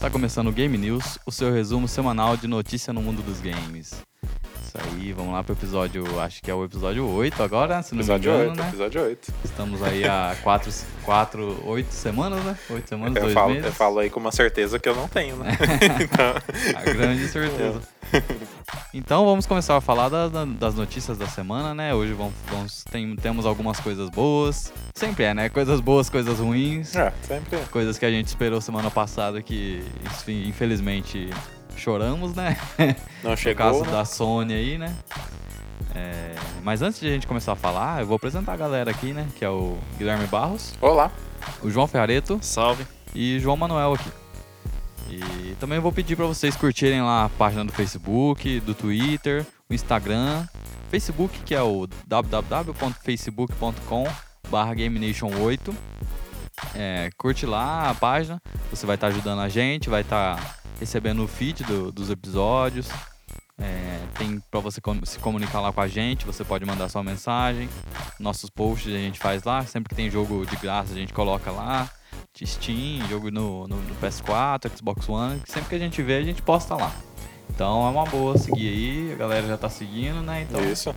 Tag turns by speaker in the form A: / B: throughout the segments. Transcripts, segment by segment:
A: Tá começando o Game News, o seu resumo semanal de notícia no mundo dos games. Isso aí, vamos lá pro episódio, acho que é o episódio 8 agora, se não
B: Episódio
A: me engano,
B: 8,
A: né?
B: episódio 8.
A: Estamos aí há 4, quatro 8 semanas, né? 8 semanas,
B: Eu
A: dois
B: falo,
A: meses.
B: eu falo aí com uma certeza que eu não tenho, né?
A: A grande certeza. Então vamos começar a falar da- da- das notícias da semana, né? Hoje vamos, vamos- tem- temos algumas coisas boas. Sempre é, né? Coisas boas, coisas ruins.
B: É, sempre. é.
A: Coisas que a gente esperou semana passada que, enfim, infelizmente, choramos, né?
B: Não
A: No caso
B: chegou. né?
A: da Sony aí, né? É, mas antes de a gente começar a falar, eu vou apresentar a galera aqui, né? Que é o Guilherme Barros,
B: Olá.
A: o João Ferrareto
C: Salve.
A: e João Manuel aqui. E também vou pedir para vocês curtirem lá a página do Facebook, do Twitter, o Instagram, Facebook que é o www.facebook.com barra GameNation8 É, curte lá a página, você vai estar ajudando a gente, vai estar recebendo o feed do- dos episódios. É, tem para você com- se comunicar lá com a gente, você pode mandar sua mensagem. Nossos posts a gente faz lá, sempre que tem jogo de graça a gente coloca lá. de Steam, jogo no, no- no PS4, Xbox One, que sempre que a gente vê a gente posta lá. Então é uma boa seguir aí, a galera já tá seguindo, né? Então
B: Isso.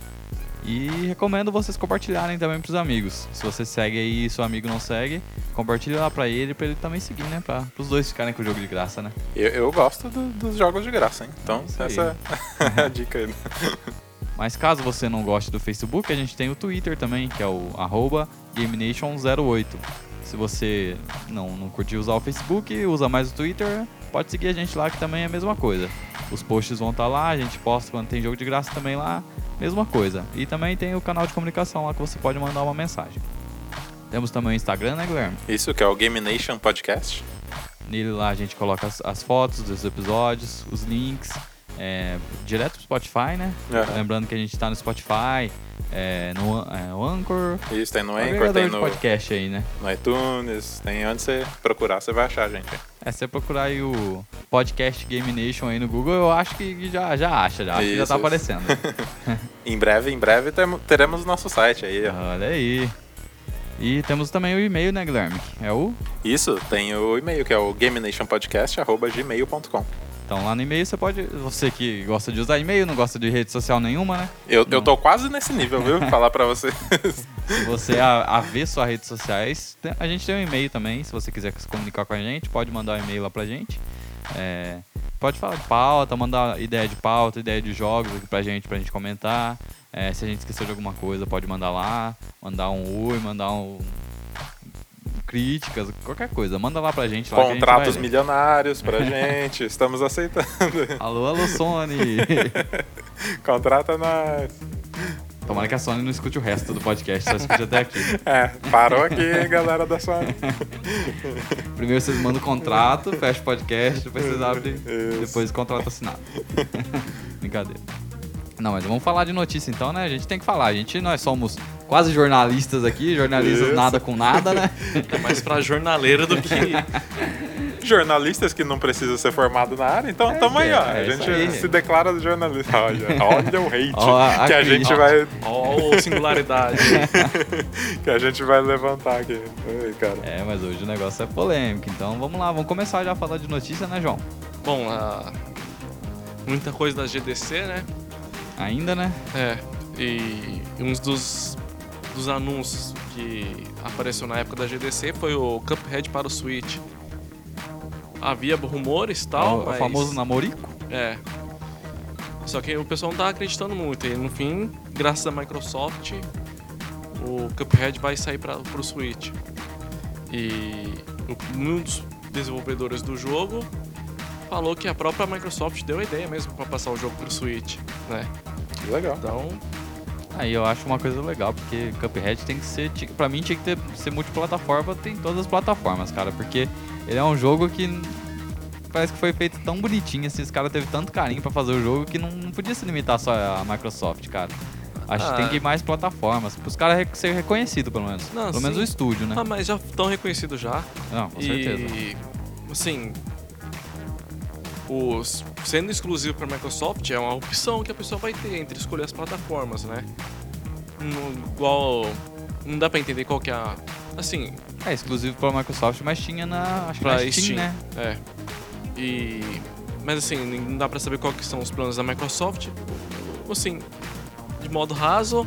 A: e recomendo vocês compartilharem também pros amigos. Se você segue aí e seu amigo não segue, compartilha lá pra ele, pra ele também seguir, né? Pra, pros dois ficarem com o jogo de graça, né?
B: Eu, eu gosto do- dos jogos de graça, hein? Então,
A: É isso aí.
B: essa é a dica aí.
A: Mas caso você não goste do Facebook, a gente tem o Twitter também, que é o arroba GameNation08. Se você não, não curtir usar o Facebook, usa mais o Twitter, pode seguir a gente lá que também é a mesma coisa. Os posts vão estar lá, a gente posta quando tem jogo de graça também lá, mesma coisa. E também tem o canal de comunicação lá que você pode mandar uma mensagem. Temos também o Instagram, né, Guilherme?
B: Isso que é o Game Nation Podcast.
A: Nele lá a gente coloca as, as fotos dos episódios, os links, é, direto pro Spotify, né?
B: Aham.
A: Lembrando que a gente tá no Spotify, é, no An- é, o Anchor,
B: Isso tem no Anchor,
A: agregador
B: tem
A: de
B: no,
A: podcast aí, né?
B: no iTunes, tem onde você procurar, você vai achar, gente.
A: É, se você procurar aí o podcast Game Nation aí no Google, eu acho que já, já acha, já, acho que já
B: Isso,
A: tá
B: isso.
A: aparecendo.
B: Em breve, em breve, temo- teremos nosso site aí. ó.
A: Olha aí. E temos também o e-mail, né, Guilherme? É o
B: Isso, tem o e-mail que é o gamenationpodcast.gmail.com.
A: Então lá no e-mail você pode. Você que gosta de usar e-mail, não gosta de rede social nenhuma, né?
B: Eu, eu tô quase nesse nível, viu? Falar pra vocês.
A: Se você a, a ver suas redes sociais, tem- a gente tem um e-mail também. Se você quiser se comunicar com a gente, pode mandar um e-mail lá pra gente. É, pode falar de pauta, mandar ideia de pauta, ideia de jogos aqui pra gente, pra gente comentar. É, se a gente esqueceu de alguma coisa, pode mandar lá. Mandar um oi, mandar um. Críticas, qualquer coisa. Manda lá pra gente. Lá que Então a gente
B: Contratos
A: vai ler.
B: milionários pra gente, estamos aceitando.
A: Alô, alô, Sony!
B: Contrata nós.
A: Tomara que a Sony não escute o resto do podcast, só escute até aqui.
B: É, parou aqui, galera da Sony.
A: Primeiro vocês mandam o contrato, fecha o podcast, depois vocês abrem, depois o contrato assinado. Brincadeira. Não, mas vamos falar de notícia então, né? A gente tem que falar. A gente, nós somos quase jornalistas aqui, jornalistas
B: Isso.
A: nada com nada, né?
C: É mais pra jornaleiro do que.
B: Jornalistas que não precisam ser formado na área, então tamo aí,
A: é,
B: ó. A
A: é
B: gente
A: isso aí.
B: se declara jornalista. Olha, olha o hate
A: Ó, a- a
B: que a
A: crítica.
B: gente vai
C: Ó, oh, singularidade.
B: que a gente vai levantar aqui. Ai, cara.
A: É, mas hoje o negócio é polêmico. Então vamos lá, vamos começar já a falar de notícia, né, João?
C: Bom, ah, muita coisa da GDC, né?
A: Ainda, né?
C: É. E um dos, dos anúncios que apareceu na época da GDC foi o Cuphead para o Switch. Havia rumores e tal,
A: É o, o
C: Então, mas...
A: famoso namorico.
C: É. Só que o pessoal não tá acreditando muito. E no fim, graças à Microsoft, o Cuphead vai sair para pro Switch. E o- um dos desenvolvedores do jogo falou que a própria Microsoft deu a ideia mesmo para passar o jogo pro Switch, né?
A: É.
B: Legal.
C: Então,
A: Aí Ah, eu acho uma coisa legal, porque Cuphead tem que ser. ti- Pra mim tinha que ter, ser multiplataforma, tem em todas as plataformas, cara. Porque ele é um jogo que n- parece que foi feito tão bonitinho, assim, os caras teve tanto carinho pra fazer o jogo que não, não podia se limitar só a Microsoft, cara. Acho que
C: Ah.
A: tem que ir mais plataformas, pros caras re ser reconhecido pelo menos.
C: Não,
A: pelo
C: sim.
A: menos o estúdio, né?
C: ah, mas já estão reconhecidos já.
A: Não, com certeza.
C: e assim, os sendo exclusivo para Microsoft é uma opção que a pessoa vai ter entre escolher as plataformas, né? Não, igual não dá para entender qual que é a assim,
A: É exclusivo pra Microsoft, mas tinha na. Acho que
C: Pra
A: na Steam,
C: Steam.
A: né?
C: é. E mas assim, não dá pra saber quais que são os planos da Microsoft. Assim, de modo raso,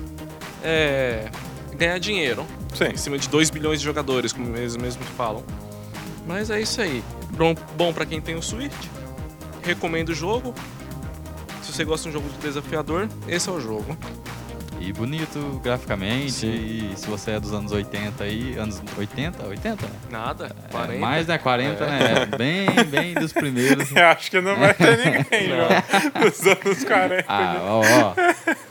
C: é ganhar dinheiro em
B: Sim.
C: cima de 2 bilhões de jogadores, como eles mesmos falam. Mas é isso aí. Bom, bom para quem tem o Switch. Recomendo o jogo. Se você gosta de um jogo desafiador, esse é o jogo.
A: E bonito graficamente.
C: Sim.
A: E se você é dos anos 80 aí. Anos 80? 80?
C: Nada,
A: É,
C: 40.
A: mais, né? 40, né? É, bem, bem dos primeiros.
B: Eu acho que não vai ter ninguém,
C: Não.
B: João, dos anos 40.
A: Ah, ó,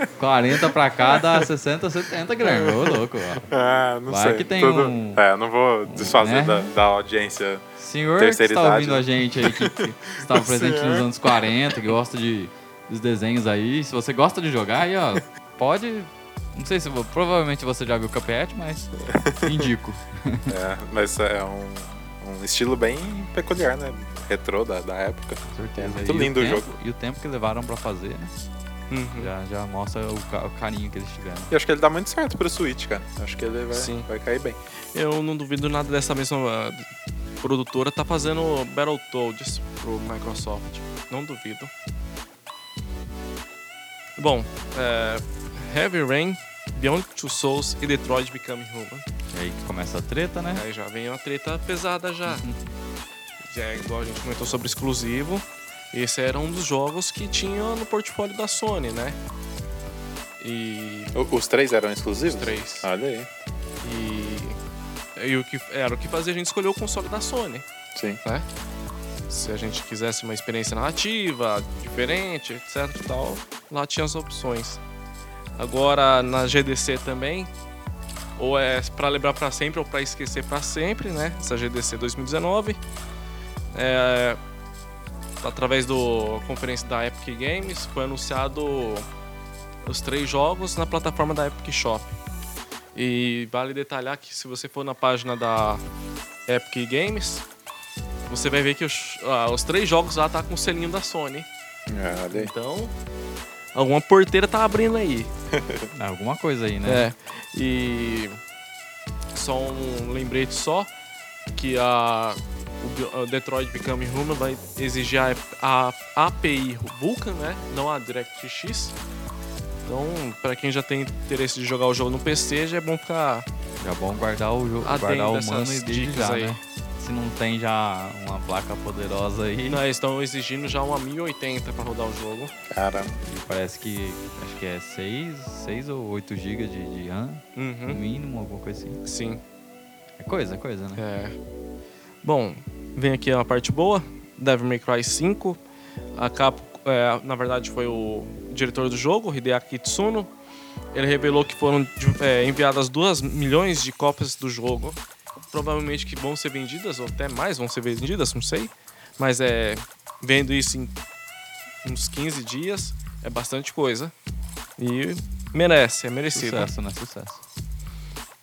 A: ó. 40 pra cá dá 60, 70 gramas. Ô, louco, ó.
B: Ah, não
A: Vai
B: sei.
A: que tem
B: Tudo-
A: um-
B: É, não vou desfazer
A: né?
B: da, da audiência.
A: Senhor que está
B: Terceirizado.
A: ouvindo a gente aí, que, que estava presente
B: né? Senhor.
A: nos anos 40, que gosta de, dos desenhos aí. Se você gosta de jogar, aí, ó, pode. Não sei se vo- provavelmente você já viu o Cuphead, mas indico.
B: É, mas é um, um estilo bem peculiar, né? Retrô da, da época.
A: Certeza.
B: muito lindo o
A: tempo,
B: jogo.
A: E o tempo que levaram pra fazer, né?
C: Uhum.
A: Já, já mostra o, ca- o carinho que eles tiveram.
B: E acho que ele dá muito certo pro Switch, cara. Acho que ele vai,
C: Sim.
B: vai cair bem.
C: Eu não duvido nada dessa mesma uh, produtora tá fazendo Battletoads pro Microsoft. Não duvido. Bom, é, Heavy Rain, Beyond Two Souls e Detroit Become Human.
A: E aí que começa a treta, né?
C: Aí já vem uma treta pesada já. Já é igual a gente comentou sobre exclusivo. Esse era um dos jogos que tinha no portfólio da Sony, né? E
B: O- os três eram exclusivos?
C: Os três.
B: Olha aí.
C: e, e o que era o que fazia a gente escolher o console da Sony,
B: Sim.
C: né? Se a gente quisesse uma experiência narrativa diferente, etc e tal, lá tinha as opções. Agora na GDC também, ou é pra lembrar pra sempre ou pra esquecer pra sempre, né? Essa GDC 2019. É, através do conferência da Epic Games foi anunciado os três jogos na plataforma da Epic Shop. E vale detalhar que se você for na página da Epic Games, você vai ver que os, ah, os três jogos lá tá com o selinho da Sony.
B: É, Olha aí.
C: Então, alguma porteira tá abrindo aí.
B: É.
A: Alguma coisa aí, né?
C: É. E só um lembrete só que a o Bio- o Detroit Become Human vai exigir a, a API Vulkan, né? Não a DirectX. Então, pra quem já tem interesse de jogar o jogo no PC, já é bom ficar
A: Já é bom guardar o jogo,
C: Adendo
A: guardar o mano
C: essas
A: e desde
C: dicas
A: um já,
C: aí.
A: né? Se não tem já uma placa poderosa aí,
C: Não, eles estão exigindo já uma 1080 pra rodar o jogo.
B: Caramba.
A: parece que acho que é 6, 6 ou 8 GB de, de RAM, no
C: Uhum.
A: mínimo, alguma coisa assim.
C: Sim.
A: É coisa, é coisa, né?
C: É. Bom, vem aqui a parte boa. Devil May Cry 5. A Cap, é, na verdade, foi o diretor do jogo, Hideaki Kitsuno. Ele revelou que foram de- é, enviadas 2 milhões de cópias do jogo. Provavelmente que vão ser vendidas, ou até mais vão ser vendidas, não sei. Mas é. Vendo isso em uns 15 dias, é bastante coisa. E merece, é merecido.
A: Sucesso, né? Sucesso.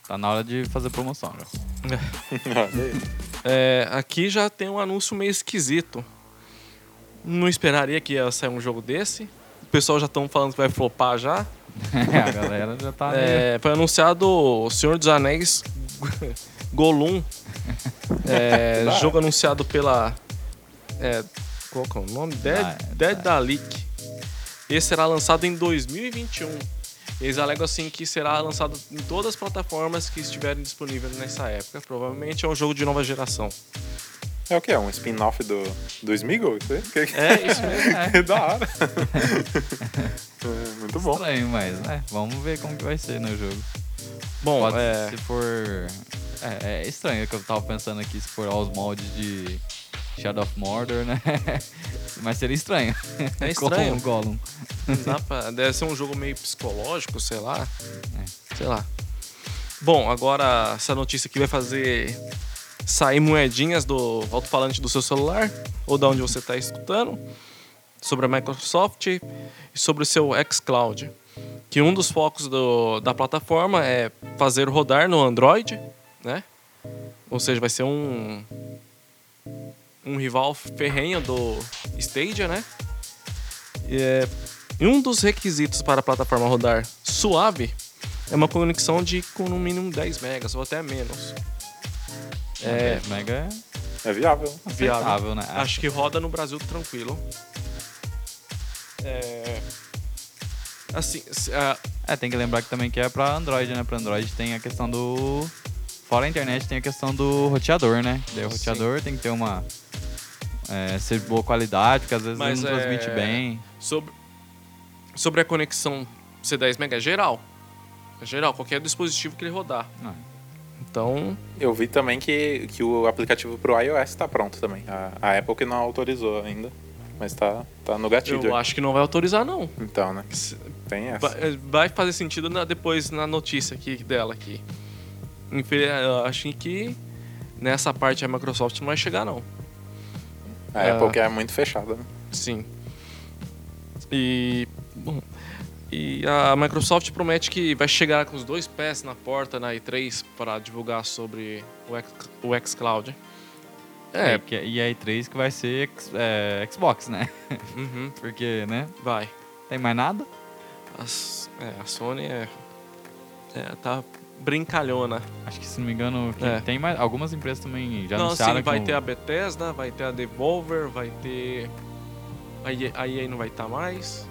A: Tá na hora de fazer promoção já.
B: Olha aí.
C: É, aqui já tem um anúncio meio esquisito. Não esperaria que ia sair um jogo desse. O pessoal já estão falando que vai flopar já.
A: a galera já tá. meio-
C: É, foi anunciado o Senhor dos Anéis Golum. É, jogo anunciado pela. é, qual que é o nome? Dead,
A: Ah, é,
C: Dead
A: tá.
C: Dalik. Esse será lançado em 2021. Eles alegam assim que será lançado em todas as plataformas que estiverem disponíveis nessa época. Provavelmente é um jogo de nova geração.
B: É o que? É um spin-off do, do Smeagol? Isso aí? Que,
C: É isso mesmo.
B: que da hora. É, muito bom.
A: Estranho, mas, né? Vamos ver como que vai ser no jogo.
C: Bom,
A: Pode,
C: é,
A: se for. É, é estranho que eu tava pensando aqui, se for aos moldes de Shadow of Mordor, né? Mas seria estranho.
C: É estranho.
A: Com o Gollum.
C: não dá pra- deve ser um jogo meio psicológico, sei lá. É, Sei lá. Bom, agora essa notícia aqui vai fazer sair moedinhas do alto-falante do seu celular ou da onde você está escutando sobre a Microsoft e sobre o seu xCloud. Que um dos focos do- da plataforma é fazer rodar no Android, né? Ou seja, vai ser um um rival ferrenho do Stadia, né? E, é, e um dos requisitos para a plataforma rodar suave é uma conexão de com no mínimo 10 megas ou até menos. É.
A: Mega é
B: É viável.
A: Aceitável, né?
C: Acho que roda no Brasil tranquilo. É... Assim, se- ah,
A: É, tem que lembrar que também que é pra Android, né? Pra Android tem a questão do. Fora a internet, tem a questão do roteador, né? Daí o
C: Sim.
A: roteador tem que ter uma. É, ser de boa qualidade, porque às vezes
C: Mas
A: ele não transmite
C: é-
A: bem.
C: sobre, sobre a conexão C10 Mega, é geral. É geral, qualquer dispositivo que ele rodar.
A: Não.
C: Então,
B: Eu vi também que, que o aplicativo pro iOS tá pronto também. A, a Apple que não autorizou ainda, mas tá, tá no gatilho.
C: eu acho que não vai autorizar, não.
B: Então, né?
C: Se-
B: Tem essa.
C: Vai- eh, Vai fazer sentido na- depois na notícia aqui dela aqui. Infel- eh, Eu acho que nessa parte a Microsoft não vai chegar não.
B: A
C: Ah.
B: Apple que é muito fechada, né?
C: Sim. E bom, e a Microsoft promete que vai chegar com os dois pés na porta né, na E3 para divulgar sobre o, X, o xCloud.
A: É.
C: É,
A: que- E a E3 que vai ser X- é, Xbox, né?
C: uhum,
A: Porque, né?
C: vai.
A: Tem mais nada?
C: A, S- é, a Sony é, é, tá brincalhona.
A: Acho que, se não me engano, que
C: É.
A: tem mais. Algumas empresas também já
C: não,
A: anunciaram
C: assim,
A: que
C: vai
A: vão-
C: ter a Bethesda, vai ter a Devolver, vai ter. A EA, a EA não vai estar mais.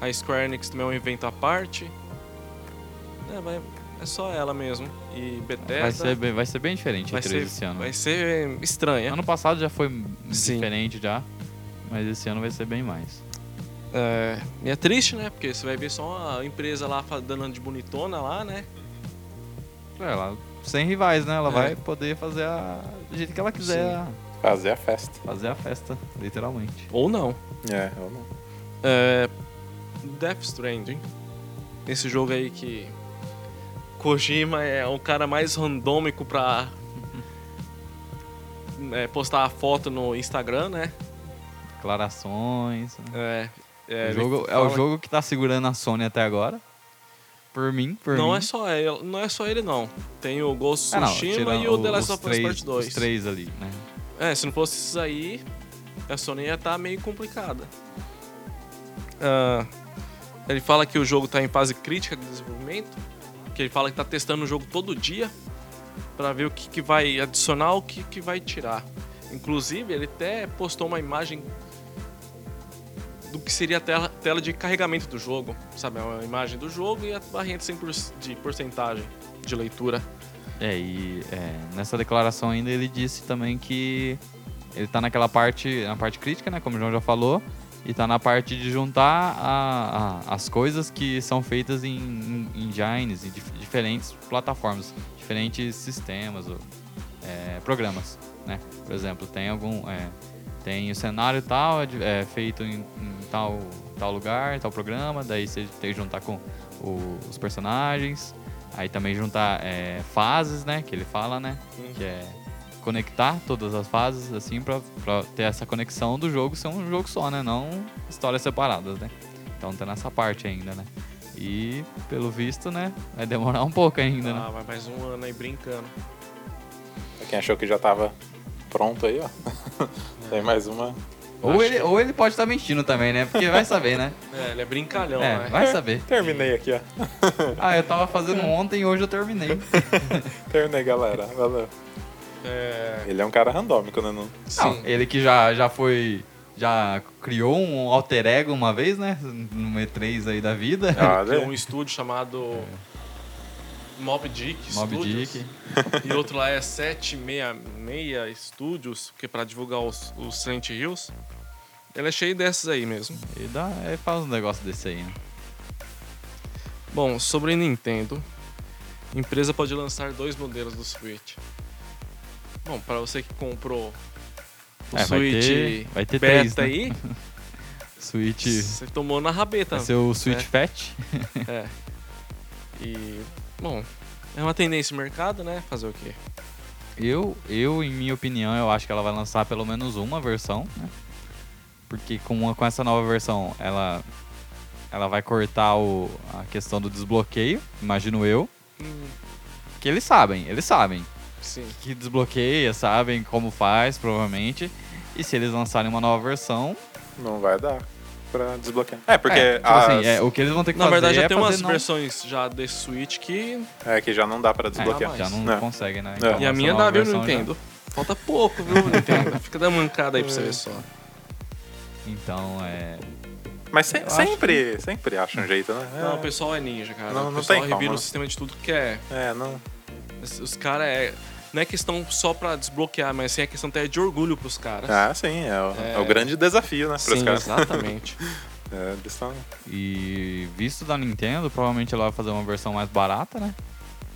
C: A Square Enix também é um evento à parte. É, vai- é só ela mesmo. E Bethesda.
A: vai, ser bem, vai ser bem diferente a E3 esse ano.
C: vai ser estranha.
A: Ano passado já foi
C: Sim.
A: diferente já, mas esse ano vai ser bem mais.
C: É, e é triste, né? Porque você vai ver só a empresa lá fa- dando de bonitona lá, né?
A: É, Ela, sem rivais, né? Ela
C: É.
A: vai poder fazer a do jeito que ela quiser,
B: Fazer a festa.
A: fazer a festa, literalmente.
C: Ou não.
B: É, eu não.
C: É, Death Stranding. Esse jogo aí que Kojima é o cara mais randômico pra é, postar a foto no Instagram, né?
A: Declarações. né?
C: É, é,
A: o
C: ele
A: jogo, é
C: fala-
A: o jogo que tá segurando a Sony até agora. Por mim, por
C: Não
A: mim.
C: é só ele, não é só ele não. Tem o Ghost
A: Ah,
C: of
A: não,
C: Tsushima
A: tirando
C: e o
A: o-
C: The
A: os
C: Last of Us
A: três-
C: Part 2.
A: Os três ali, né?
C: É, se não fosse isso aí, a Sony ia estar meio complicada. Ah, ele fala que o jogo tá em fase crítica de desenvolvimento, que ele fala que tá testando o jogo todo dia para ver o que, que vai adicionar, o que, que vai tirar. Inclusive, ele até postou uma imagem do que seria a tela, tela de carregamento do jogo, sabe? É Uma imagem do jogo e a barrinha de 100% de porcentagem de leitura.
A: É, e é, nessa declaração ainda ele disse também que ele tá naquela parte, na parte crítica, né? Como o João já falou, e tá na parte de juntar a- a- as coisas que são feitas em, em em engines, em dif- diferentes plataformas, diferentes sistemas, ou, é, programas, né? Por exemplo, tem algum... é, tem o cenário tal, é de- é feito em, em tal, tal lugar, tal programa, daí você tem que juntar com o- os personagens, aí também juntar é, fases, né, que ele fala, né, que é conectar todas as fases, assim, pra, pra ter essa conexão do jogo ser um jogo só, né, não histórias separadas, né. Então tá nessa parte ainda, né. E, pelo visto, né, vai demorar um pouco ainda, né.
C: Ah, vai mais um ano aí brincando.
B: Pra quem achou que já tava pronto aí, ó. Tem mais uma.
A: Ou
C: acho
A: ele,
C: que-
A: ou ele pode estar mentindo também, né, porque vai saber, né.
C: É, ele é É. brincalhão,
A: é,
C: né?
A: vai saber.
B: Terminei aqui, ó.
A: Ah, eu tava fazendo ontem e hoje eu terminei.
B: Terminei, galera. Valeu.
C: É,
B: Ele é um cara randômico, né? Não...
A: Não,
C: Sim.
A: ele que já, já foi. Já criou um alter ego uma vez, né? No E3 aí da vida.
C: Tem
B: Olha,
C: um estúdio chamado Mob Dick
A: É. Mob
C: Studios.
A: Dick.
C: E outro lá é 766 Studios, que é pra divulgar os, os Silent Hills. Ele é cheio dessas aí mesmo.
A: E dá, ele faz um negócio desse aí, né?
C: Bom, sobre Nintendo. Empresa pode lançar dois modelos do Switch. Bom, pra você que comprou o
A: É, vai
C: Switch
A: ter- vai ter três,
C: beta
A: né?
C: aí,
A: Switch.
C: você tomou na rabeta.
A: Vai ser o Switch
C: é.
A: Fat.
C: É. E, bom, é uma tendência do mercado, né? Fazer o quê?
A: Eu, eu, em minha opinião, eu acho que ela vai lançar pelo menos uma versão, né? Porque com, uma- com essa nova versão, ela, ela vai cortar o, a questão do desbloqueio, imagino eu.
C: Hum,
A: Que eles sabem, eles sabem.
C: sim.
A: que desbloqueia, sabem como faz, provavelmente. E se eles lançarem uma nova versão,
B: não vai dar pra desbloquear. É, porque
A: é, tipo
B: as-
A: assim, é, o que eles vão ter que
C: Na
A: fazer
C: verdade, já
A: é
C: tem
A: fazer
C: umas
A: não...
C: versões já desse Switch que.
B: é que já não dá pra
A: É,
B: desbloquear.
A: já não
B: Né?
A: consegue, né?
B: É.
A: Então,
C: E a
A: essa
C: minha
A: nova
C: dá, viu,
A: versão já-
C: Nintendo? Falta pouco, viu, Nintendo? Fica dando mancada aí
A: É.
C: pra você ver só.
A: Então, é.
B: Mas se-
C: Eu acho
B: sempre, sempre acha um jeito, né?
C: Não, o
B: É,
C: pessoal é ninja, cara.
B: Não, não
C: o pessoal
B: tem como,
C: revira o
B: né?
C: sistema de tudo que quer.
B: É, não.
C: Os- Os caras é. Não é questão só pra desbloquear, mas sim é questão até de orgulho pros caras.
B: Ah, sim, é o,
C: É.
B: é o grande desafio, né? Para
C: sim,
B: os caras.
C: exatamente.
B: É, eles estão.
A: E visto da Nintendo, provavelmente ela vai fazer uma versão mais barata, né?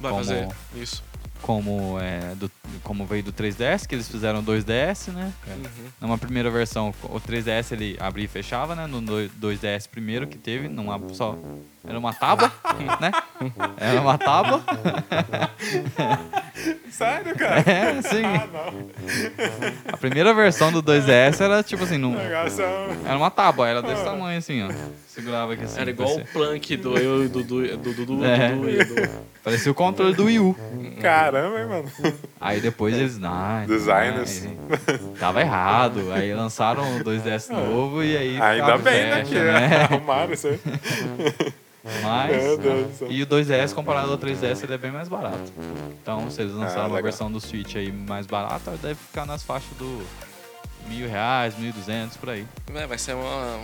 C: Vai
A: Como-
C: fazer isso.
A: Como, é, do- como veio do 3DS, que eles fizeram 2DS, né?
C: Uhum.
A: Numa primeira versão, o 3DS ele abria e fechava, né? No do- 2DS primeiro que teve, numa só. Era uma tábua, né? Era uma tábua.
B: Sério, cara?
A: É, sim.
B: Ah, não.
A: A primeira versão do 2DS era tipo assim, num,
B: O negócio é um-
A: era uma tábua, era desse tamanho assim, ó. Segurava aqui assim.
C: Era igual o
A: Parecia,
C: Plank do eu e do Dudu. Do, do, do,
A: É.
C: Dudu e do-
A: parecia o controle do Wii U.
B: Caramba, hein, mano.
A: Aí depois eles. Nah,
B: Designers.
A: aí Tava errado. Aí lançaram o 2DS novo e aí.
B: Ainda
A: ficava
B: bem, né? Que
A: velho, né?
B: arrumaram isso aí. Meu
A: Mas.
B: Deus do céu.
A: E o 2DS comparado ao 3DS ele é bem mais barato. Então, se eles
B: Ah,
A: lançaram uma
B: legal.
A: versão do Switch aí mais barata, deve ficar nas faixas do mil reais, mil e duzentos, por aí.
C: É, vai ser uma. Um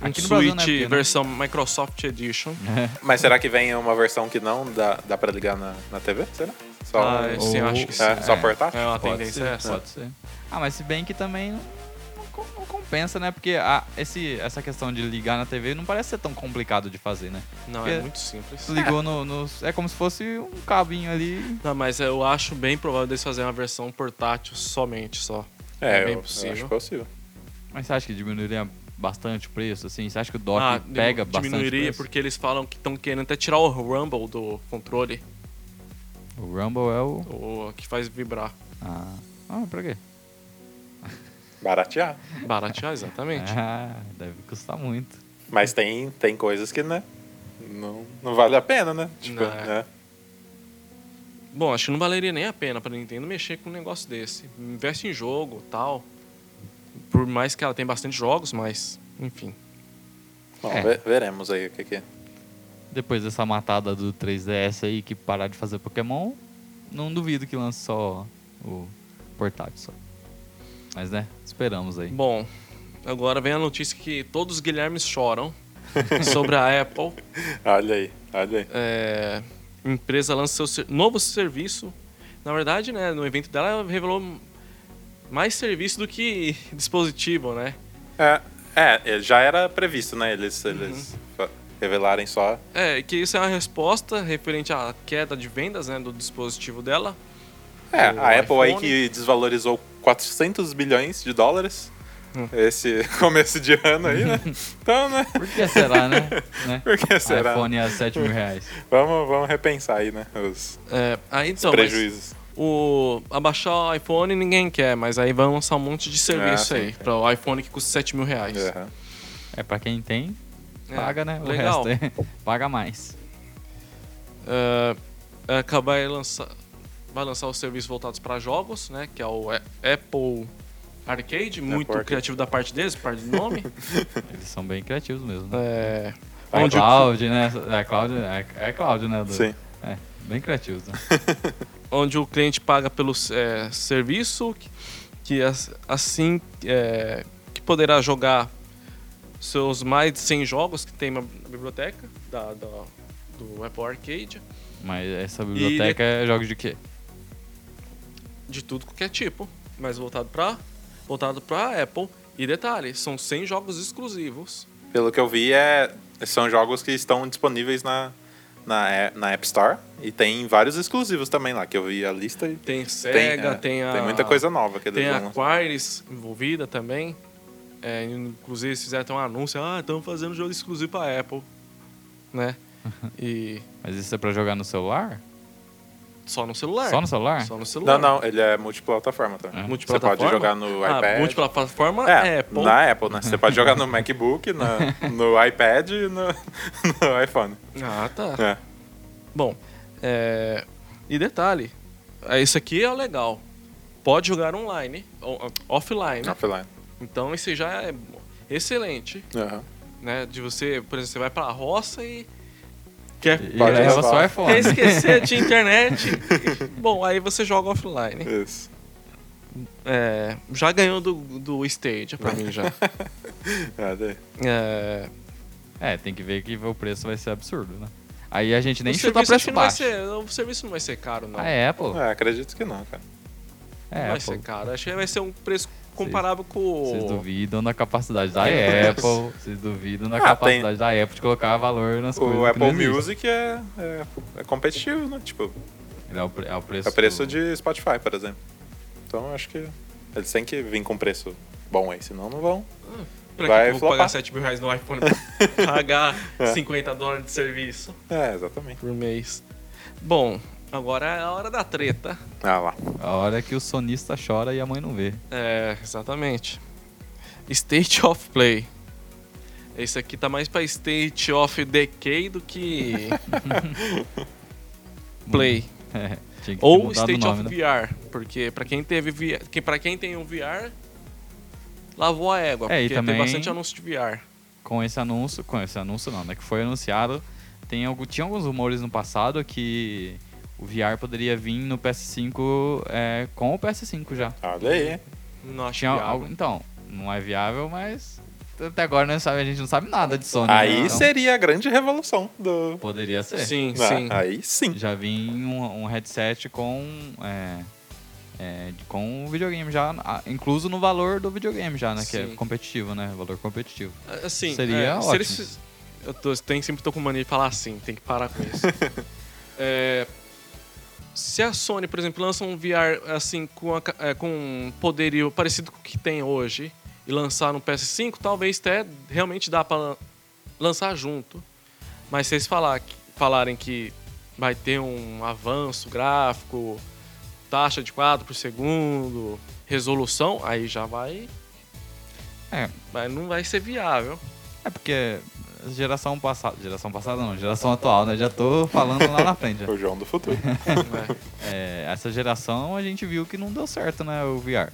A: Aqui no Brasil
C: Switch
A: não é porque, né? É.
C: versão Microsoft Edition.
B: Mas será que vem uma versão que não dá, dá pra ligar na, na TV? Será? Só, um-
C: Ah, sim,
A: Ou-
C: acho que sim.
B: é, só
A: é.
B: portátil?
C: É uma
A: Pode
C: tendência
A: ser,
C: é essa.
A: Pode ser. Ah, mas se bem que também não, não co- não compensa, né? Porque a- esse, essa questão de ligar na TV não parece ser tão complicado de fazer, né?
C: Não, é
A: É.
C: muito simples.
A: Tu ligou no, no- É como se fosse um cabinho ali.
C: Não, mas eu acho bem provável deles fazerem uma versão portátil somente só.
B: É,
C: É bem
B: eu,
C: possível.
B: eu acho possível.
A: Mas você acha que diminuiria bastante o preço, assim? Você acha que o dock
C: Ah,
A: pega
C: dim-
A: bastante
C: Diminuiria
A: preço?
C: porque eles falam que estão querendo até tirar o Rumble do controle,
A: O Rumble é o...
C: o que faz vibrar.
A: Ah, ah pra quê?
B: Baratear.
A: É.
C: Baratear, exatamente.
A: Ah, deve custar muito.
B: Mas tem, tem coisas que, né? Não, não vale a pena, né? Tipo,
C: Não. é.
B: né?
C: Bom, acho que não valeria nem a pena pra Nintendo mexer com um negócio desse. Investe em jogo tal. Por mais que ela tenha bastante jogos, mas, enfim.
B: Bom,
A: É.
B: ve- veremos aí o que, que é.
A: Depois dessa matada do 3DS aí, que parar de fazer Pokémon, não duvido que lance só o portátil só. Mas, né? Esperamos aí.
C: Bom, agora vem a notícia que todos os Guilhermes choram sobre a Apple.
B: Olha aí, olha aí.
C: é, empresa lança seu ser- novo serviço. Na verdade, né, no evento dela, ela revelou mais serviço do que dispositivo, né?
B: É, é, é, já era previsto, né? Eles,
C: Uhum.
B: eles fa- revelarem só.
C: É, que isso é uma resposta referente à queda de vendas né, do dispositivo dela.
B: É,
C: O
B: a Apple aí
C: iPhone.
B: que desvalorizou 400 bilhões de dólares
C: Hum.
B: esse começo de ano aí, né? Então, né?
A: Por que será, né? né?
B: Por que será?
A: iPhone a 7 mil reais.
B: Vamos, vamos repensar aí, né? Os
C: É, aí, então, mas
B: prejuízos.
C: o abaixar o iPhone ninguém quer, mas aí vão lançar um monte de serviço
B: Ah, sim,
C: aí
B: sim.
C: para o iPhone que custa 7 mil reais.
B: Aham.
A: É pra quem tem,
C: É,
A: paga, né? O
C: legal.
A: resto é, paga mais.
C: É, acabar de lançar, vai lançar os serviços voltados para jogos, né? Que é o A- Apple Arcade, muito
B: Arcade.
C: criativo da parte deles, por parte do nome.
A: Eles são bem criativos mesmo, né?
C: é,
A: É
C: onde o-
A: cloud, né? É cloud, é, é cloud, né? Do-
B: Ah, tipo- Sim.
A: É, bem criativos, né?
C: onde o cliente paga pelo é, serviço, que, que as- assim é, que poderá jogar seus mais de 100 jogos que tem na biblioteca da- da- do Apple Arcade,
A: Mas essa biblioteca é jogos de quê?
C: de tudo qualquer tipo, mas voltado para voltado pra Apple. E detalhe, são 100 jogos exclusivos.
B: Pelo que eu vi, é, são jogos que estão disponíveis na, na, na App Store. E tem vários exclusivos também lá, que eu vi a lista e.
C: Tem Sega,
B: é,
C: tem, a.
B: tem muita coisa nova que eles
C: Tem
B: vão
C: a
B: lançar.
C: Quares envolvida também. É, inclusive, eles fizeram até um anúncio: ah, estamos fazendo jogo exclusivo pra Apple. Né? E
A: Mas isso é pra jogar no celular?
C: só no celular.
A: Só no celular?
C: Só no
B: Não,
C: celular.
B: não, ele é multiplataforma também.
A: É.
B: Você pode
C: Multiplataforma?
B: jogar no
C: Ah,
B: iPad.
C: multiplataforma
B: É,
C: Apple.
B: na Apple, né? Você pode jogar no MacBook, na- no iPad e no, no iPhone.
C: Ah, tá.
B: É.
C: Bom, é, e detalhe: é, isso aqui é o legal. Pode jogar online, o- offline.
B: Offline.
C: Então, isso já é excelente.
B: Aham.
C: né? De você, por exemplo, você vai pra roça e quer
A: E
B: Pode
A: leva
B: levar.
A: só iPhone. né?
C: quer esquecer de internet. Bom, aí você joga offline.
B: Isso.
C: é, já ganhou do, do Stage pra mim já.
B: Ah, daí.
C: É,
A: É, tem que ver que o preço vai ser absurdo, né? Aí a gente nem
C: o
A: chuta
C: serviço
A: preço
C: acho que não vai
A: baixo.
C: ser, o serviço não vai ser caro, não.
A: Ah, é, pô.
B: Ah, acredito que não, cara.
A: É,
C: não vai
A: pô.
C: ser caro. Acho que vai ser um preço comparável com.
A: Vocês duvidam da capacidade da
C: É.
A: Apple. Vocês duvidam da
B: Ah,
A: capacidade da Apple de colocar valor nas coisas.
B: O
A: que não
B: Apple
A: existe.
B: Music é, é, é competitivo, né? Tipo,
A: Ele É o, pre- é o preço.
B: é o preço de Spotify, por exemplo. Então eu acho que eles têm que vir com preço bom aí, senão não vão.
C: Pra
B: Vai
C: que eu vou
B: flopar.
C: pagar 7 mil reais no iPhone pra pagar
A: É.
C: 50 dólares de serviço
B: É, exatamente.
C: por mês? Bom, agora é a hora da treta.
B: Ah lá.
A: A hora que o sonista chora e a mãe não vê.
C: É, exatamente. State of Play. Esse aqui tá mais pra State of Decay do que Play.
A: É, Tinha que
C: Ou
A: mudar do
C: State
A: nome,
C: of
A: né?
C: VR. Porque pra quem teve VR, que pra quem tem um VR, lavou a égua.
A: É, e
C: porque
A: também-
C: tem bastante anúncio de VR.
A: Com esse anúncio, com esse anúncio não, né? Que foi anunciado. Tem algo, tinha alguns rumores no passado que o VR poderia vir no PS5 é, com o PS5 já.
B: Olha aí.
C: Não acho
A: Tinha
C: viável.
A: algo, então, não é viável, mas até agora não sabe, a gente não sabe nada de Sony. né?
B: Aí
A: Então,
B: seria a grande revolução do.
A: Poderia ser.
C: Sim,
B: Ah,
C: sim.
B: Aí sim.
A: Já vim um, um headset com. É, é, de- com o videogame já, ah, incluso no valor do videogame já, né? Que é
C: Sim.
A: competitivo, né? Valor competitivo.
C: Assim,
A: Seria
C: é,
A: ótimo.
C: Se eles, fiz- eu tô, tem, sempre tô com mania de falar assim, tem que parar com isso. É, se a Sony, por exemplo, lança um VR assim com, a ca- é, com um poderio parecido com o que tem hoje e lançar no PS5, talvez até realmente dá para lançar junto. Mas se eles falar, que- falarem que vai ter um avanço gráfico, taxa de quadro por segundo, resolução, aí já vai.
A: É.
C: Mas não vai ser viável.
A: É porque geração passada. Geração passada não, geração atual, né? Já tô falando lá na frente. já.
B: O João do futuro.
C: né?
A: É, essa geração a gente viu que não deu certo, né? O VR.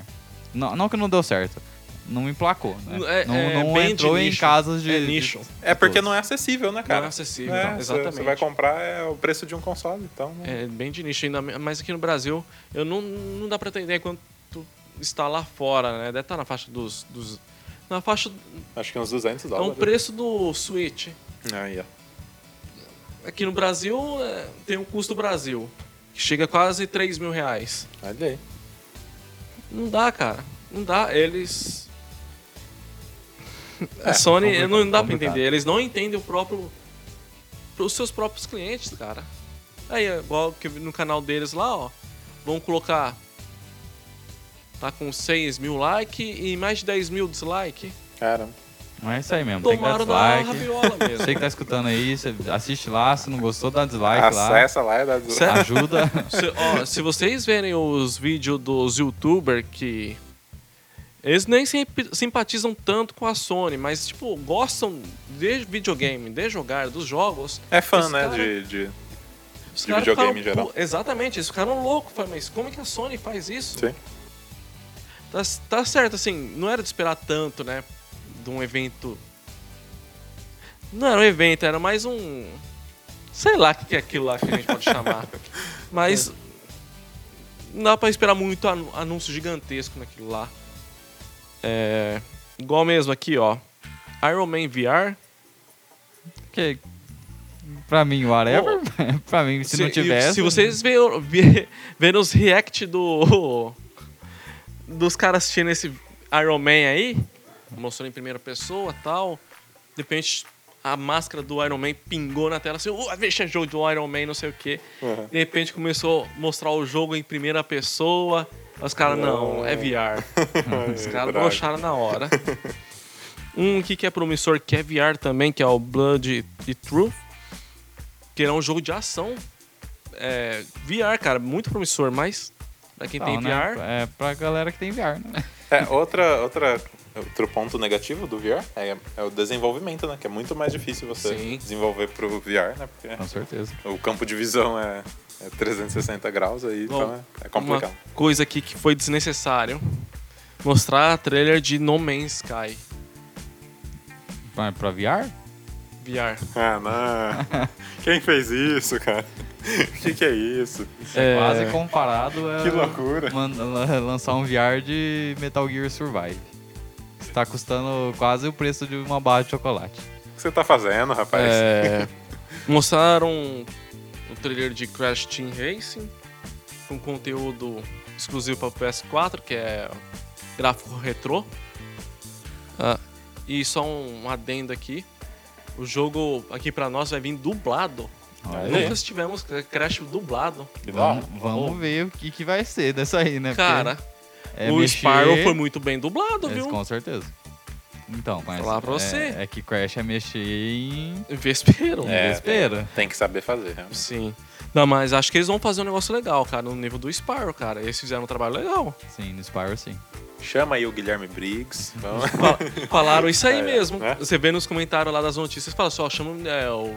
A: Não, não que não deu certo. Não emplacou, né?
C: N- é-
A: não
C: é
A: não
C: bem de
A: entrou em
C: nicho.
A: casas de.
C: É
A: de-
C: nicho.
B: É porque não é acessível, né, cara?
C: não é acessível,
B: É, você-
C: exatamente.
B: Você vai comprar é o preço de um console, então. né?
C: É bem de nicho ainda, mas aqui no Brasil eu não, não dá pra entender quanto está lá fora, né? Deve estar na faixa dos. dos na faixa.
B: Acho que uns 200
C: É
B: dólares.
C: um preço do Switch.
B: Aí, ó.
C: Aqui no Brasil é, tem um custo Brasil, que chega a quase 3 mil reais.
B: Olha aí.
C: Não dá, cara. Não dá. Eles. a Sony,
A: complicado,
C: não dá pra
A: complicado.
C: entender. Eles não entendem o próprio. os seus próprios clientes, cara. Aí, é igual que eu vi no canal deles lá, ó. Vão colocar. Tá com 6 mil likes e mais de 10 mil dislike.
B: Caramba.
A: Não é isso aí mesmo. Tem que dar
C: Tomaram da
A: dislike.
C: raviola mesmo.
A: Você que tá escutando aí, você assiste lá, se não gostou, dá dislike lá.
B: Acessa lá, é e dá
C: Certo.
A: Ajuda.
C: Se, ó, se vocês verem os vídeos dos youtubers que. Eles nem se simpatizam tanto com a Sony, mas, tipo, gostam de videogame, de jogar, dos jogos.
B: É fã,
C: Os
B: né?
C: cara-
B: De, de-
C: Os
B: De
C: caras
B: videogame
C: ficaram
B: em geral.
C: pu- Exatamente, eles ficaram loucos. Falei, mas como é que a Sony faz isso?
B: Sim.
C: Tá, tá certo, assim, não era de esperar tanto, né? De um evento. Não era um evento, era mais um. Sei lá o que que é aquilo lá que a gente pode chamar. Mas.
B: É.
C: Não dá pra esperar muito anu- anúncio gigantesco naquilo lá. É. Igual mesmo aqui, ó. Iron Man VR.
A: Porque, pra mim, whatever. pra mim, se, não tivesse.
C: Se vocês verem ver, verem os react do. dos caras assistindo esse Iron Man aí, mostrando em primeira pessoa e tal, de repente a máscara do Iron Man pingou na tela assim, uh, deixa jogo do Iron Man, não sei o quê.
B: Uhum.
C: De repente começou a mostrar o jogo em primeira pessoa. Aí Os caras, não, é VR. Os caras
B: Droga.
C: broxaram na hora. Um aqui que é promissor, que é VR também, que é o Blood e Truth, que é um jogo de ação. É, VR, cara, muito promissor, mas pra quem
A: não,
C: tem
A: né?
C: VR,
A: É pra galera que tem VR, né?
B: É, outra, outra, outro ponto negativo do VR é, é o desenvolvimento, né? Que é muito mais difícil você
C: Sim.
B: desenvolver pro VR, né? Porque
A: Com certeza.
B: o campo de visão é, é 360 graus aí,
C: Bom,
B: então é, é complicado.
C: uma coisa aqui que foi desnecessário, mostrar trailer de No Man's Sky
A: Pra, pra VR?
C: VR.
A: É, né?
B: Ah, não. Quem fez isso, cara? O que, que é isso?
A: É
C: É.
A: quase comparado a
B: Que loucura.
A: man- la- lançar um VR de Metal Gear Survive. Está custando quase o preço de uma barra de chocolate.
B: O que você tá fazendo, rapaz?
C: É, mostraram o trailer de Crash Team Racing com conteúdo exclusivo para o PS4, que é gráfico retrô. Ah, e só um adendo aqui. O jogo aqui para nós vai vir dublado.
A: É.
B: Olha
C: Nunca tivemos Crash dublado.
B: Que da hora.
A: Vamos, vamos ver o que, que vai ser dessa aí, né? Porque
C: Cara,
A: é
C: o
A: mexer-
C: Spyro foi muito bem dublado,
A: Esse,
C: viu?
A: Com certeza. Então, mas
C: Falar pra
A: é-
C: você.
A: É, que Crash é mexer em
C: Vespeiro.
B: É.
A: desespero.
B: Tem que saber fazer, né? realmente.
C: Sim. Não, mas acho que eles vão fazer um negócio legal, cara, no nível do Spyro, cara. Eles fizeram um trabalho legal.
A: Sim, no Spyro sim.
B: Chama aí o Guilherme Briggs. Vamos.
C: Fala- Falaram isso aí
B: É,
C: mesmo.
B: né?
C: Você vê nos comentários lá das notícias, fala só, chama é, o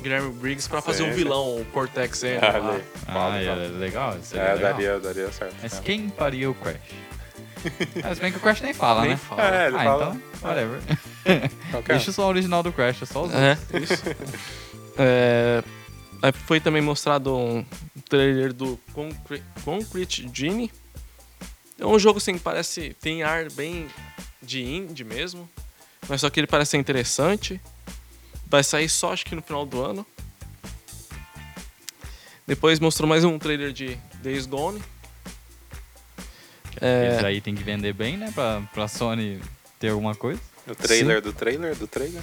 C: Guilherme Briggs pra fazer
B: Sim,
C: um
B: sim.
C: vilão, o Cortex M.
B: Ah,
C: lá.
B: ali.
A: Ah,
B: Fala,
A: é
B: fala.
A: legal. isso seria
B: É,
A: legal.
B: daria, daria certo.
A: Mas
B: né?
A: quem faria o Crash? Mas bem que o Crash nem fala,
C: Nem
A: né?
C: fala.
B: É, ele
A: ah,
B: fala.
A: então, whatever.
B: Qualquer.
A: Deixa só o original do Crash, é só os
C: É, isso. É, aí foi também mostrado um trailer do Concre- Concrete Genie. É um jogo assim que parece. tem ar bem de indie mesmo. Mas só que ele parece ser interessante. Vai sair só acho que no final do ano. Depois mostrou mais um trailer de Days Gone. É,
A: Eles aí tem que vender bem, né? Pra, pra Sony ter alguma coisa.
B: O trailer do trailer do trailer.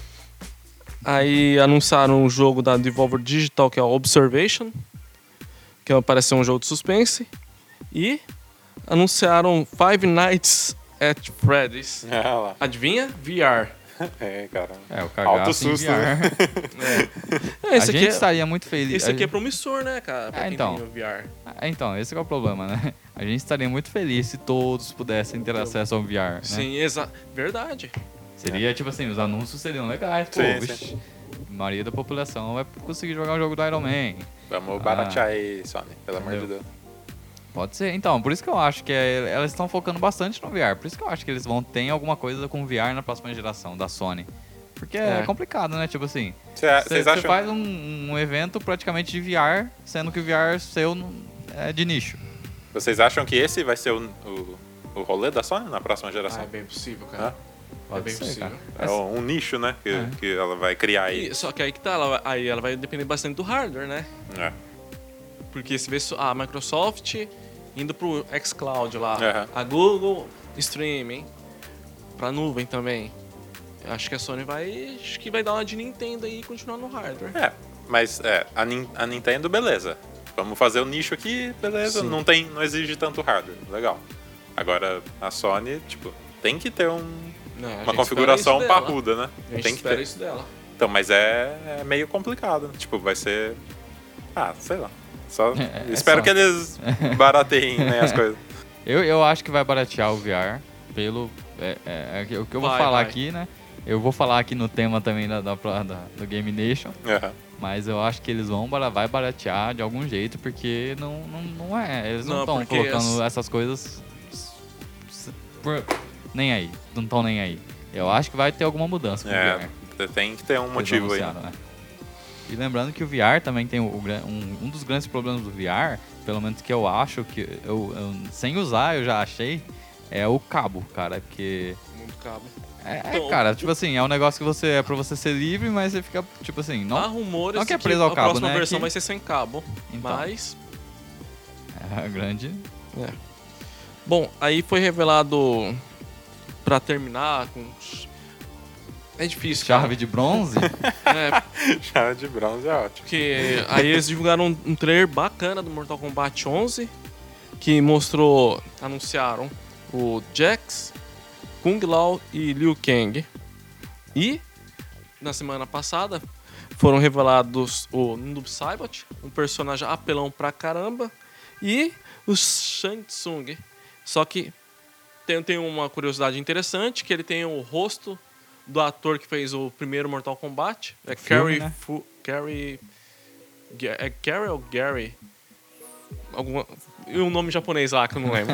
C: Aí anunciaram um jogo da Devolver Digital, que é o Observation, que parece ser um jogo de suspense. E anunciaram Five Nights at Freddy's.
B: Ah lá.
C: Adivinha? VR.
B: É, cara.
A: É, o cagaço
B: Alto
A: em
B: susto,
A: VR.
C: É,
A: a
C: esse,
A: gente
C: aqui, é,
A: estaria muito feliz.
C: né? esse
A: a
C: aqui é
A: gente-
C: promissor, né, cara? Pra
A: Ah,
C: quem
A: então.
C: tem o VR.
A: Ah, Então, esse que é o problema, né? A gente estaria muito feliz se todos pudessem ter acesso ao VR, né?
C: Sim, exato. Verdade.
A: Seria, tipo assim, os anúncios seriam legais. Pô,
B: Sim,
A: vixi, a maioria da população vai conseguir jogar o jogo do Iron Man.
B: Vamos
A: Ah.
B: baratear aí, Sony. Pelo amor de
A: Entendeu?
B: Deus.
A: Pode ser. Então, por isso que eu acho que é- elas estão focando bastante no VR. Por isso que eu acho que eles vão ter alguma coisa com VR na próxima geração da Sony. Porque é,
C: É.
A: complicado, né? Tipo assim,
B: Cê-
A: você
B: É, Vocês acham.
A: faz um, um evento praticamente de VR, sendo que o VR seu não- é de nicho.
B: Vocês acham que esse vai ser o, o, o rolê da Sony na próxima
C: Ah, é
B: geração?
C: bem possível,
B: cara.
C: cara.
A: Pode
C: é bem
A: ser,
C: possível.
A: cara.
B: é um um nicho, né? Que,
A: É.
B: que ela vai criar aí.
C: E- só que aí que tá, ela- aí ela vai depender bastante do hardware, né?
B: É.
C: Porque você vê só a Microsoft indo pro xCloud lá,
B: Aham.
C: a Google Streaming, pra nuvem também. Eu acho que a Sony vai. Acho que vai dar uma de Nintendo aí e continuar no hardware.
B: É, mas é, a, Nin- a Nintendo, beleza. Vamos fazer o nicho aqui, beleza.
C: Sim.
B: Não, tem, não exige tanto hardware, legal. Agora, a Sony, tipo, tem que ter um-
C: Não, a gente
B: uma
C: espera
B: configuração
C: isso dela.
B: parruda, né?
C: A gente
B: Tem que
C: espera
B: ter.
C: isso dela.
B: Então, mas é, é meio complicado. né? Tipo, vai ser. Ah, sei lá. Só,
A: É, é
B: espero
A: só.
B: que eles barateiem né, as coisas.
A: Eu, eu acho que vai baratear o VR pelo. é- é- é o que eu vou
C: Vai,
A: falar
C: vai.
A: aqui, né? Eu vou falar aqui no tema também da, da, da- do Game Nation.
B: Aham.
A: Mas eu acho que eles vão bara- vai baratear de algum jeito, porque não, não, não é. Eles não
C: Não,
A: estão
C: porque
A: colocando
C: as-
A: essas coisas. s- s- por- Nem aí. Não estão nem aí. Eu acho que vai ter alguma mudança com o VR.
B: É,
A: que
B: tem que ter um
A: eles
B: motivo aí.
A: anunciaram, né? E lembrando que o VR também tem o, o gran- um, um dos grandes problemas do VR, pelo menos que eu acho, que eu, eu- sem usar eu já achei, é o cabo, cara. Porque.
C: Muito cabo.
A: É, é,
C: Então,
A: cara, tipo assim, é um negócio que você. É pra você ser livre, mas você fica, tipo assim, não
C: Há rumores
A: não que é
C: que
A: preso ao
C: a
A: cabo,
C: próxima
A: né?
C: versão
A: Que-
C: vai ser sem cabo.
A: Então.
C: Mas.
A: É a grande.
C: Bom, aí foi revelado pra terminar com. É difícil. cara.
A: Chave de bronze?
C: É,
B: Já de bronze é ótimo.
C: Porque aí eles divulgaram um, um trailer bacana do Mortal Kombat 11, que mostrou, anunciaram o Jax, Kung Lao e Liu Kang. E, na semana passada, foram revelados o Noob Saibot, um personagem apelão pra caramba, e o Shang Tsung. Só que tem, tem uma curiosidade interessante, que ele tem o rosto do ator que fez o primeiro Mortal Kombat, é
A: Filme,
C: Carrie,
A: né?
C: Fu, Carrie Ga- É Gary ou Gary? Alguma... E um nome japonês lá que eu não lembro.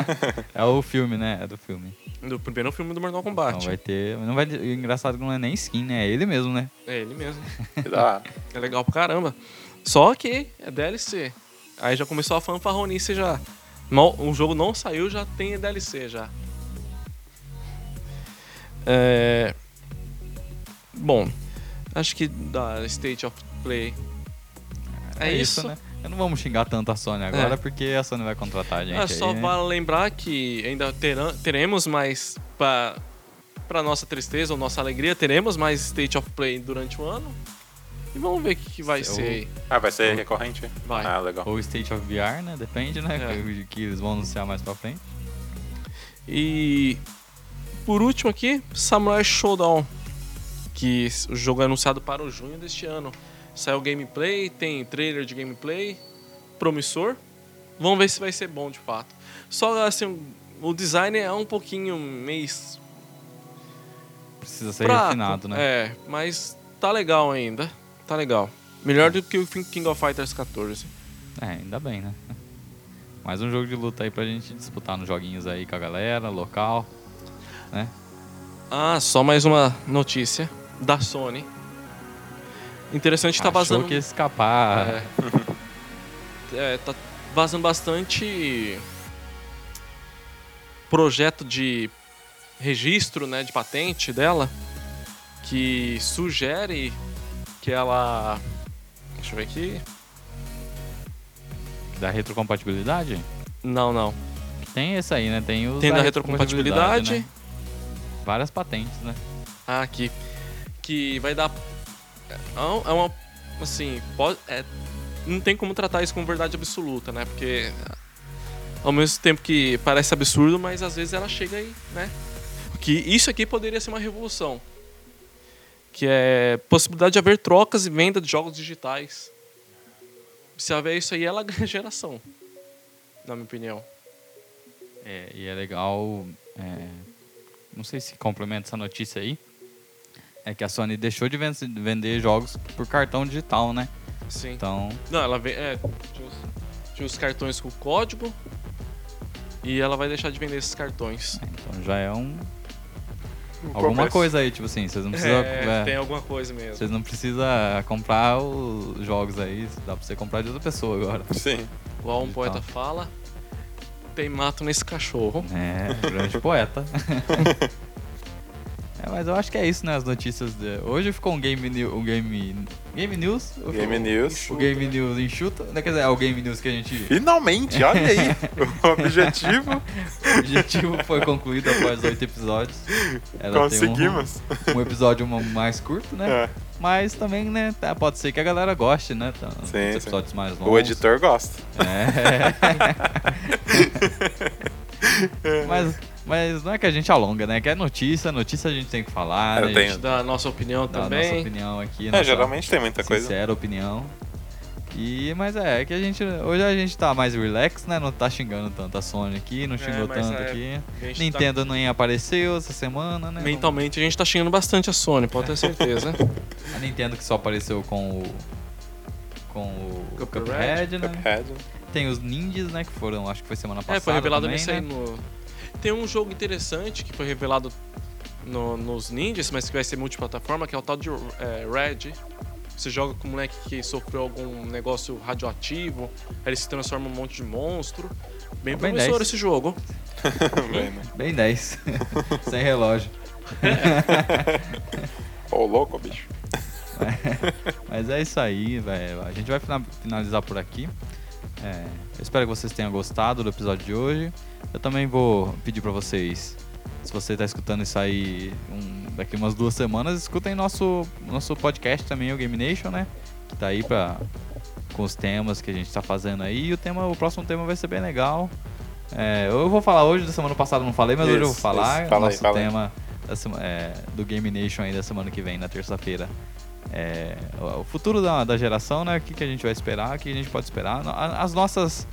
A: É o filme, né? É do filme.
C: do primeiro filme do Mortal
A: Então
C: Kombat.
A: vai ter. Não vai... e Engraçado que não é nem skin, né? É ele mesmo, né?
C: É ele mesmo.
B: Que da hora.
C: É legal pra caramba. Só que é DLC. Aí já começou a fanfarronice já. Mal- o jogo não saiu, já tem DLC já. É... Bom, acho que da State of Play. É, isso,
A: né? Eu não vamos xingar tanto a Sony agora, porque a Sony vai contratar a gente.
C: É, só
A: aí, né?
C: vale lembrar que ainda terá- teremos mais pra, pra nossa tristeza ou nossa alegria, teremos mais State of Play durante o ano. E vamos ver o que, que vai
A: Seu-
C: ser.
B: Ah, vai ser recorrente?
C: Vai.
B: Ah, legal.
A: Ou State of VR, né? Depende, né?
C: É.
A: Que, que eles vão anunciar mais pra frente.
C: E por último aqui, Samurai Showdown. Que s- o jogo é anunciado para o junho deste ano. Saiu gameplay, tem trailer de gameplay, promissor. Vamos ver se vai ser bom de fato. Só assim, o design é um pouquinho meio es-
A: Precisa ser
C: fraco,
A: refinado, né?
C: É, mas tá legal ainda. Tá legal. Melhor do que o King King of Fighters 14.
A: É, ainda bem, né? Mais um jogo de luta aí pra gente disputar nos joguinhos aí com a galera, local.
C: Ah, só mais uma notícia da Sony. Interessante tá
A: Achou
C: vazando.
A: que ia escapar.
C: É. É, tá vazando bastante projeto de registro, né, de patente dela, que sugere que ela, deixa eu ver aqui,
A: Da retrocompatibilidade?
C: não, não,
A: Tem esse aí, né? Tem os
C: tem da retrocompatibilidade,
A: né? Várias patentes, né?
C: Ah, aqui. Que vai dar. É um- é uma. Assim, pode, é- não tem como tratar isso como verdade absoluta, né? Porque. Ao mesmo tempo que parece absurdo, mas às vezes ela chega aí, né? Que isso aqui poderia ser uma revolução. Que é possibilidade de haver trocas e venda de jogos digitais. Se haver isso aí, ela ganha geração. Na minha opinião.
A: É, e é legal. é, não sei se complementa essa notícia aí. É que a Sony deixou de ven- vender jogos por cartão digital, né?
C: Sim.
A: Então,
C: Não, ela vem. É, tinha os, tinha os cartões com código. E ela vai deixar de vender esses cartões.
A: é, então já é um.
B: Um
A: Alguma
B: começo.
A: coisa aí, tipo assim, vocês não precisam. é,
C: tem um- alguma coisa mesmo.
A: Vocês não precisam comprar os jogos aí, dá pra você comprar de outra pessoa agora.
B: Sim.
C: Igual um
A: Digital.
C: poeta fala, tem mato nesse cachorro.
A: É, grande poeta. É, mas eu acho que é isso, né? As notícias de... Hoje ficou um Game News. Um game... game News? O-
B: Game News.
A: O Game News enxuta. Né? Quer dizer, é o Game News que a gente.
B: Finalmente, olha aí. o objetivo,
A: O objetivo tipo, foi concluído após oito episódios. Ela tem um-
B: conseguimos.
A: Um, episódio ma- mais curto, né?
B: É.
A: Mas também, né? tá, Pode ser que a galera goste, né? Tá, uns
B: sim.
A: episódios mais longos.
B: O editor gosta.
A: É. mas, mas não é que a gente alonga, né? Que é notícia, notícia a gente tem que falar,
B: Eu
A: né? A
B: tenho
A: gente
C: Da nossa opinião
A: dá a
C: também.
A: nossa opinião aqui.
B: É,
A: nossa
B: geralmente tem muita coisa.
A: Sincera opinião. E, mas é, é que a gente. Hoje a gente tá mais relax, né? Não tá xingando tanto a Sony aqui, não
C: É,
A: xingou
C: mas
A: tanto
C: é,
A: aqui.
C: a gente tá-
A: Nintendo nem apareceu essa semana, né?
C: Mentalmente a gente tá xingando bastante a Sony, pode ter certeza.
A: A Nintendo que só apareceu com o. Com o
C: Cuphead.
A: Cuphead, né?
B: Cuphead.
A: Tem os ninjas, né? Que foram, acho que foi semana passada.
C: é, foi revelado
A: também,
C: nisso aí
A: né?
C: no. Tem um jogo interessante que foi revelado no- nos ninjas, mas que vai ser multiplataforma, que é o tal de é, Red. Você joga com um moleque que sofreu algum negócio radioativo, aí ele se transforma em um monte de monstro. Bem
A: Bem
C: promissor
A: 10.
C: esse jogo.
B: Também, né?
A: Bem 10. Sem relógio.
B: Ô, louco, bicho.
A: Mas é isso aí, velho. A gente vai fina- finalizar por aqui. É, eu espero que vocês tenham gostado do episódio de hoje. Eu também vou pedir pra vocês, se você tá escutando isso aí um- daqui umas duas semanas, escutem nosso, nosso podcast também, o Game Nation, né? Que tá aí pra, com os temas que a gente tá fazendo aí. E o, tema, o próximo tema vai ser bem legal. É, eu vou falar hoje, da semana passada eu não falei, mas hoje eu vou
B: Isso,
A: falar.
B: isso. Fala aí,
A: nosso
B: fala aí.
A: tema da sema- é, do Game Nation aí da semana que vem, na terça-feira. É, o o futuro da, da geração, né? O que, que a gente vai esperar, o que a gente pode esperar. No- a- As nossas.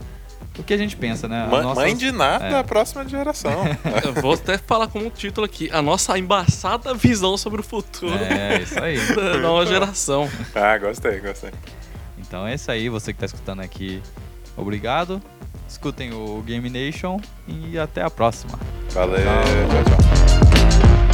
A: O que a gente pensa, né? As
B: Ma-
A: nossas-
B: Mãe de nada
A: é.
B: a próxima geração.
C: Eu vou até falar como título aqui: A nossa embaçada visão sobre o futuro
A: É, isso aí.
C: da nova geração.
B: ah, gostei, gostei.
A: Então é isso aí, você que tá escutando aqui, obrigado. Escutem o Game Nation e até a próxima.
B: Valeu, tchau, tchau.